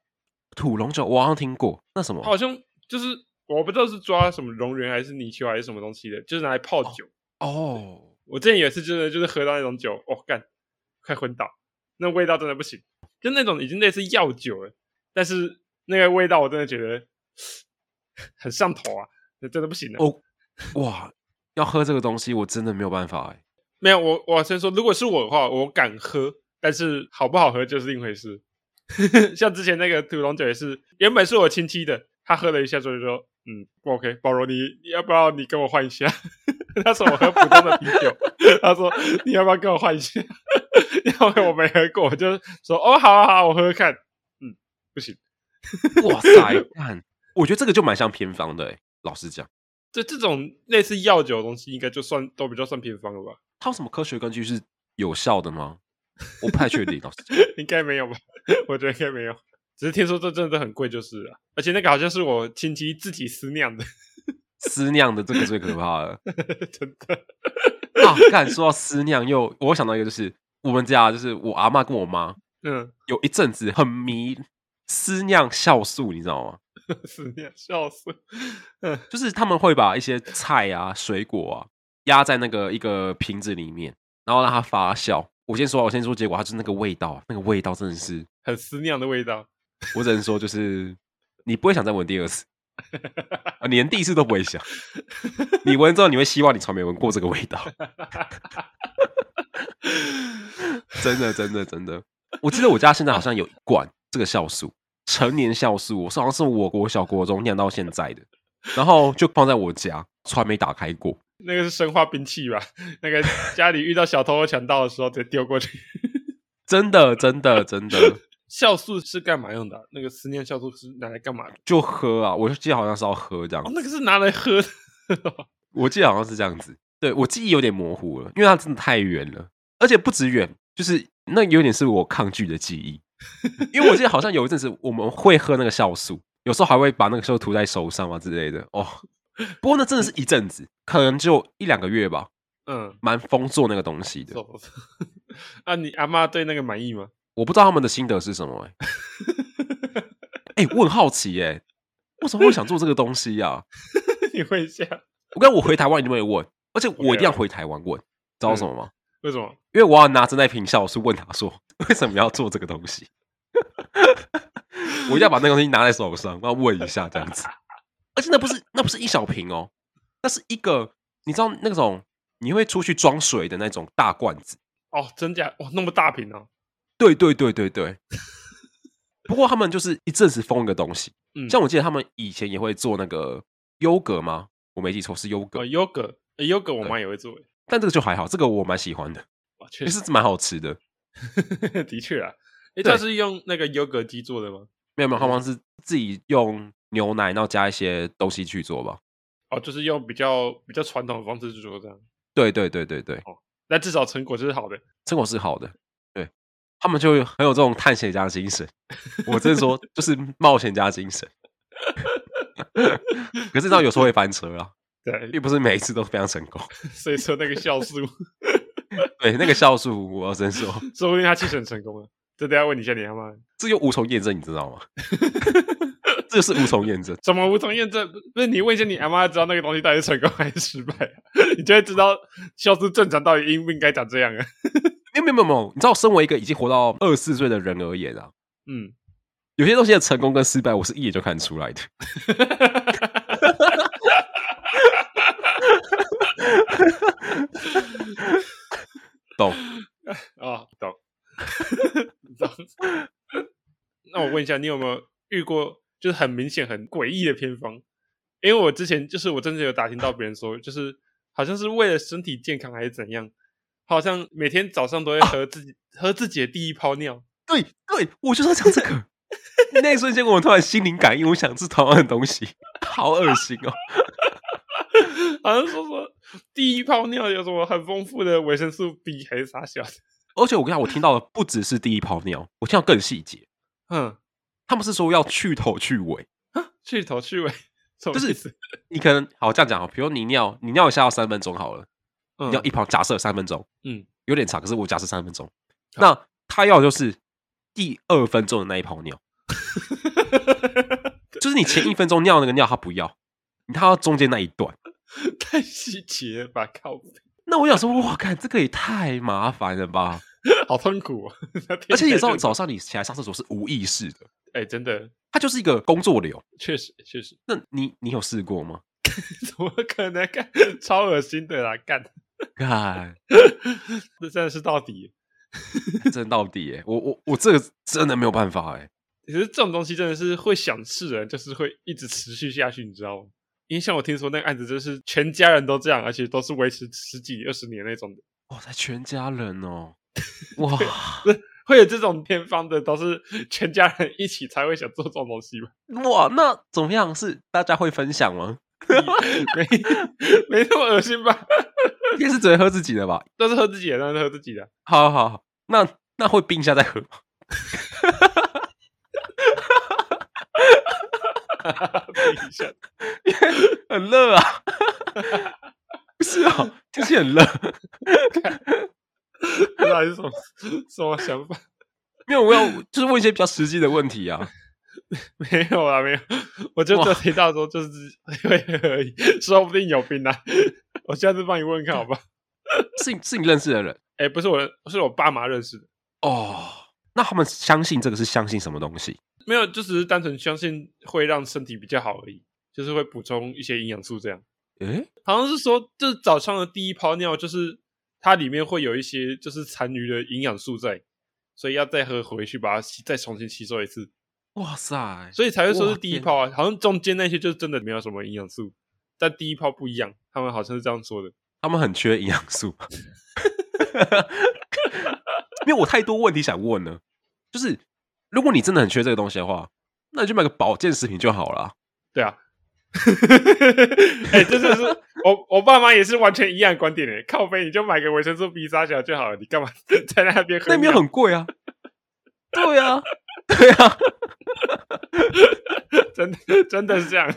土龙酒我好像听过，那什么
它？好像就是我不知道是抓什么龙源还是泥鳅还是什么东西的，就是拿来泡酒。
哦，
我之前有一次真的就是喝到那种酒，哦干，快昏倒，那味道真的不行，就那种已经类似药酒了，但是那个味道我真的觉得 很上头啊，那真的不行了。
哦哇，要喝这个东西我真的没有办法哎。
没有，我我先说，如果是我的话，我敢喝，但是好不好喝就是另一回事。 像之前那个土龙酒也是，原本是我亲戚的，他喝了一下之后就说：“嗯，不 OK，保罗，你要不要你跟我换一下？” 那时候我喝普通的啤酒， 他说：“你要不要跟我换一下？” 因为我没喝过，我就说：“哦，好啊好啊，我喝喝看。”嗯，不行，
哇塞，看，我觉得这个就蛮像偏方的哎。老实讲，
这这种类似药酒的东西，应该就算都比较算偏方了吧？
它有什么科学根据是有效的吗？我不太确定，老师。
应该没有吧？ 我觉得应该没有，只是听说这真的很贵就是了。而且那个好像是我亲戚自己私酿的，
私酿的这个最可怕了
真的。
啊！干，说到私酿又，我想到一个，就是我们家就是我阿嬷跟我妈
嗯，
有一阵子很迷私酿酵素，你知道吗？
私酿，笑死。嗯
就是他们会把一些菜啊、水果啊压在那个一个瓶子里面，然后让它发酵。我先说啊，我先说结果，它就是那个味道啊，那个味道真的是，
很思酿的味道。
我只能说就是你不会想再闻第二次，啊连第一次都不会想。你闻之后，你会希望你从没闻过这个味道。真的，真的，真的。我记得我家现在好像有一罐这个酵素，成年酵素，我是好像是我国小国中酿到现在的，然后就放在我家，从来没打开过。
那个是生化兵器吧？那个家里遇到小偷或强盗的时候直接丢过去。
真的，真的，真的，
酵素是干嘛用的啊、那个思念酵素是拿来干嘛的？
就喝啊！我就记得好像是要喝这样
哦，，那个是拿来喝的。
我记得好像是这样子。对我记忆有点模糊了，因为它真的太远了，而且不止远，就是那有点是我抗拒的记忆，因为我记得好像有一阵子我们会喝那个酵素，有时候还会把那个酵素涂在手上啊之类的。哦，不过那真的是一阵子，可能就一两个月吧。
嗯，
蛮丰做那个东西的。
走。 啊，你阿妈对那个满意吗？
我不知道他们的心得是什么、欸。哎、我很好奇、欸，哎，为什么会想做这个东西呀、啊？
你问一下，
我跟我回台湾一定会问，而且我一定要回台湾问，知道为什么吗？
为什么？
因为我要拿着那瓶酵素问他说，为什么要做这个东西？ 我一定要把那个东西拿在手上，然后问一下这样子。而且那不是那不是一小瓶哦，那是一个你知道那种你会出去装水的那种大罐子。
哦，真假？哇，那么大瓶哦。
对对对对对。不过他们就是一阵子封一个东西，
嗯，
像我记得他们以前也会做那个优格吗？我没记错是优格
哦，，优格，呃优格我妈也会做，
但这个就还好，这个我蛮喜欢的，
哇，确
也
实，
是蛮好吃的。
的确啊。诶，
对
它是用那个优格机做的吗？
没有没有，他们是自己用牛奶，然后加一些东西去做吧。
哦，就是用比较比较传统的方式去做这样，
对对对对对，
那至少成果就是好的。
成果是好的。对他们就很有这种探险家精神，我真的说就是 冒险家精神。可是你知道有时候会翻车啊，
对，
并不是每一次都非常成功。
所以说那个酵素，
对那个酵素，我要真说，
说不定他其实很成功了。啊这等一下问你一下你阿妈，
这有无从验证，你知道吗？ 这是无从验证。
怎么无从验证？不是你问一下你阿妈，知道那个东西到底是成功还是失败、啊， 你就会知道酵素正常到底应不应该长这样啊。
没有没有没有没有，你知道，身为一个已经活到二十四岁的人而言啊，
嗯，
有些东西的成功跟失败，我是一眼就看得出来的。 懂？
哦，懂， 懂。 那我问一下，你有没有遇过就是很明显、很诡异的偏方？因为我之前就是我真的有打听到别人说，就是好像是为了身体健康还是怎样，好像每天早上都会喝
哦
自己、喝自己的第一泡尿。
对对，我就是要讲这个。那一瞬间，我突然心灵感应，我想吃同样的东西，好恶心哦！
好像说说第一泡尿有什么很丰富的维生素 B 还是啥小的？
而且我跟你讲，我听到的不只是第一泡尿，我听到更细节。
嗯，
他们是说要去头去尾，
啊去头去尾，就
就是你可能好这样讲啊，比如你尿，你尿一下要三分钟好了，
嗯
你要一泡，假设三分钟，
嗯，
有点长，可是我假设三分钟。那他要的就是第二分钟的那一泡 尿，就是你前一分钟尿那个尿他不要，他要中间那一段。
太细节了吧，靠北，
那我想说，哇，看这个也太麻烦了 吧！
好痛苦、哦。
而且你知道，
走，
早上你起来上厕所是无意识的，
哎、真的，
它就是一个工作流。
确实确实，
那你你有试过吗？
怎么可能干？超恶心的啦，干，
看，
这真的是到底。
真到底耶、我我我这个真的没有办法哎、
其实这种东西真的是会想吃人，就是会一直持续下去，你知道吗？因为像我听说那个案子，就是全家人都这样，而且都是维持十几二十年那种的。
哇，才全家人 哦，哇，
会有这种偏方的，都是全家人一起才会想做这种东西吧？
哇，那怎么样？是大家会分享吗？
没没那么恶心吧？
应该是只会喝自己的吧？
都是喝自己的，那是喝自己的。
好好好，那那会冰一下再喝吗？
比一下，
很热啊， 不是啊、哦，天气很热。
不知道是什么什么想法？
没有，我要就是问一些比较实际的问题啊。
没有啊，没有， 我就只有听到说就是 会而已，说不定有病啊。 我下次帮你问看好吧？
是你是你认识的人
哎、不是我，是我爸妈认识的，
哦？那他们相信这个是相信什么东西？
没有，就只是单纯相信会让身体比较好而已，就是会补充一些营养素这样。
诶，
好像是说，就是早上的第一泡尿，就是它里面会有一些就是残余的营养素在，所以要再喝回去，把它吸再重新吸收一次，
哇塞！
所以才会说
哇
是第一泡啊。好像中间那些就真的没有什么营养素，但第一泡不一样，他们好像是这样说的。
他们很缺营养素， 因为我太多问题想问了。就是如果你真的很缺这个东西的话，那你就买个保健食品就好了。
对啊， 哎、真的是我我爸妈也是完全一样的观点诶、靠背你就买个维生素 B 沙小就好了，你干嘛 在那边喝
那
尿？
没有很贵啊。 对啊，对啊，
真的真的是这样。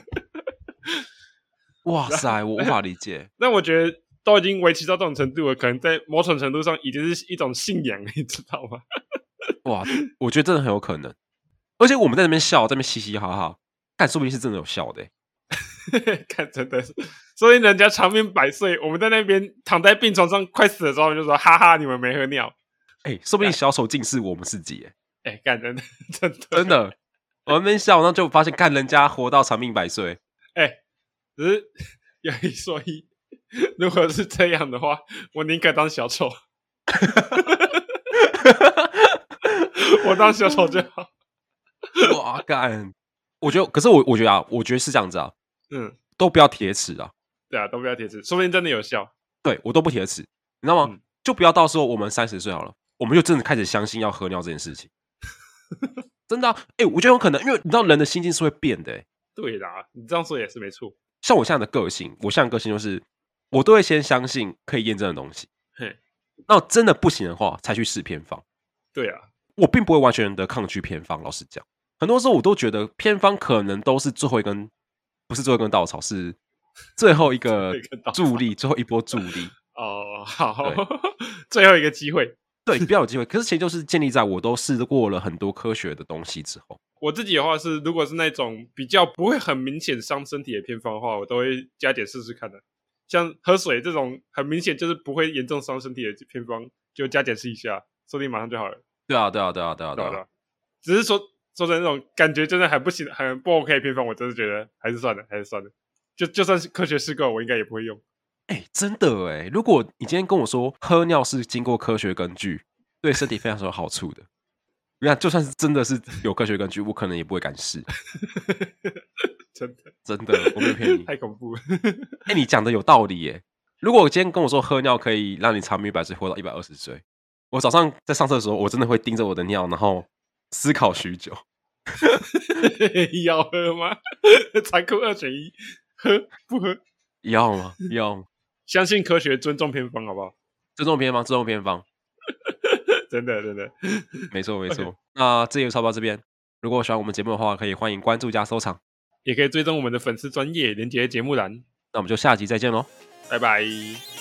哇塞，我无法理解。
那我觉得都已经维持到这种程度了，可能在某种程度上已经是一种信仰，你知道吗？
哇，我觉得真的很有可能。而且我们在那边笑，在那边嘻嘻哈哈，但说不定是真的有笑的欸、
看，真的是，所以人家长命百岁，我们在那边躺在病床上快死的时候，就说哈哈，你们没喝尿，
哎、说不定小丑竟是我们自己、欸，
哎、干真的真的
真的。我们那边笑，然后就发现，看人家活到长命百岁，
哎、只是有一说一， 如果是这样的话，我宁可当小丑， 我当小丑就好。
哇，干！我觉得，可是我我觉得啊，我觉得是这样子啊，
嗯，
都不要铁齿啊，
对啊，都不要铁齿，说不定真的有效。
对我都不铁齿，你知道吗？
嗯
就不要到时候我们三十岁好了，我们就真的开始相信要喝尿这件 事情。真的、啊，哎、我觉得有可能，因为你知道人的心境是会变的、欸。
对啦，你这样说也是没错。
像我现在的个性，我现在的个性就是，我都会先相信可以验证的东西。
嘿，
那真的不行的话，才去试偏方。
对啊，
我并不会完全的抗拒偏方。老实讲，很多时候我都觉得偏方可能都是最后一根，不是最后一根稻草，是最后一个
最后一根稻草
助力，最后一波助力。
哦，好， 最后一个机会，
对，比较有机会。可是前提就是建立在我都试过了很多科学的东西之后。
我自己的话是，如果是那种比较不会很明显伤身体的偏方的话，我都会加点试试看的。像喝水这种很明显就是不会严重伤身体的偏方，就加减试一下，说不定马上就好了。
对啊，对啊，对啊，对啊，对
对吧、
啊。
只是说说的那种感觉真的很不行、很不 OK 的偏方，我真的觉得还是算了，还是算了。就就算是科学试过，我应该也不会用。
哎、真的哎、如果你今天跟我说喝尿是经过科学根据，对身体非常有好处的，你看就算是真的是有科学根据，我可能也不会敢试。
真的，
真的，我没有 骗你。
太恐怖了。
哎、你讲的有道理耶。如果我今天跟我说喝尿可以让你长命百岁，活到一百二十岁，我早上在上厕所的时候，我真的会盯着我的尿，然后思考许久。
要喝吗？残酷二选一，喝不喝？
要吗？要吗？
相信科学，尊重偏方，好不好？
这种偏方，这种偏方，
真的，真的。
没错没错。
OK
那这集就差不多到这边。如果喜欢我们节目的话，可以欢迎关注加收藏。
也可以追踪我们的粉丝专业连接节目栏。
那我们就下集再见喽，
拜拜。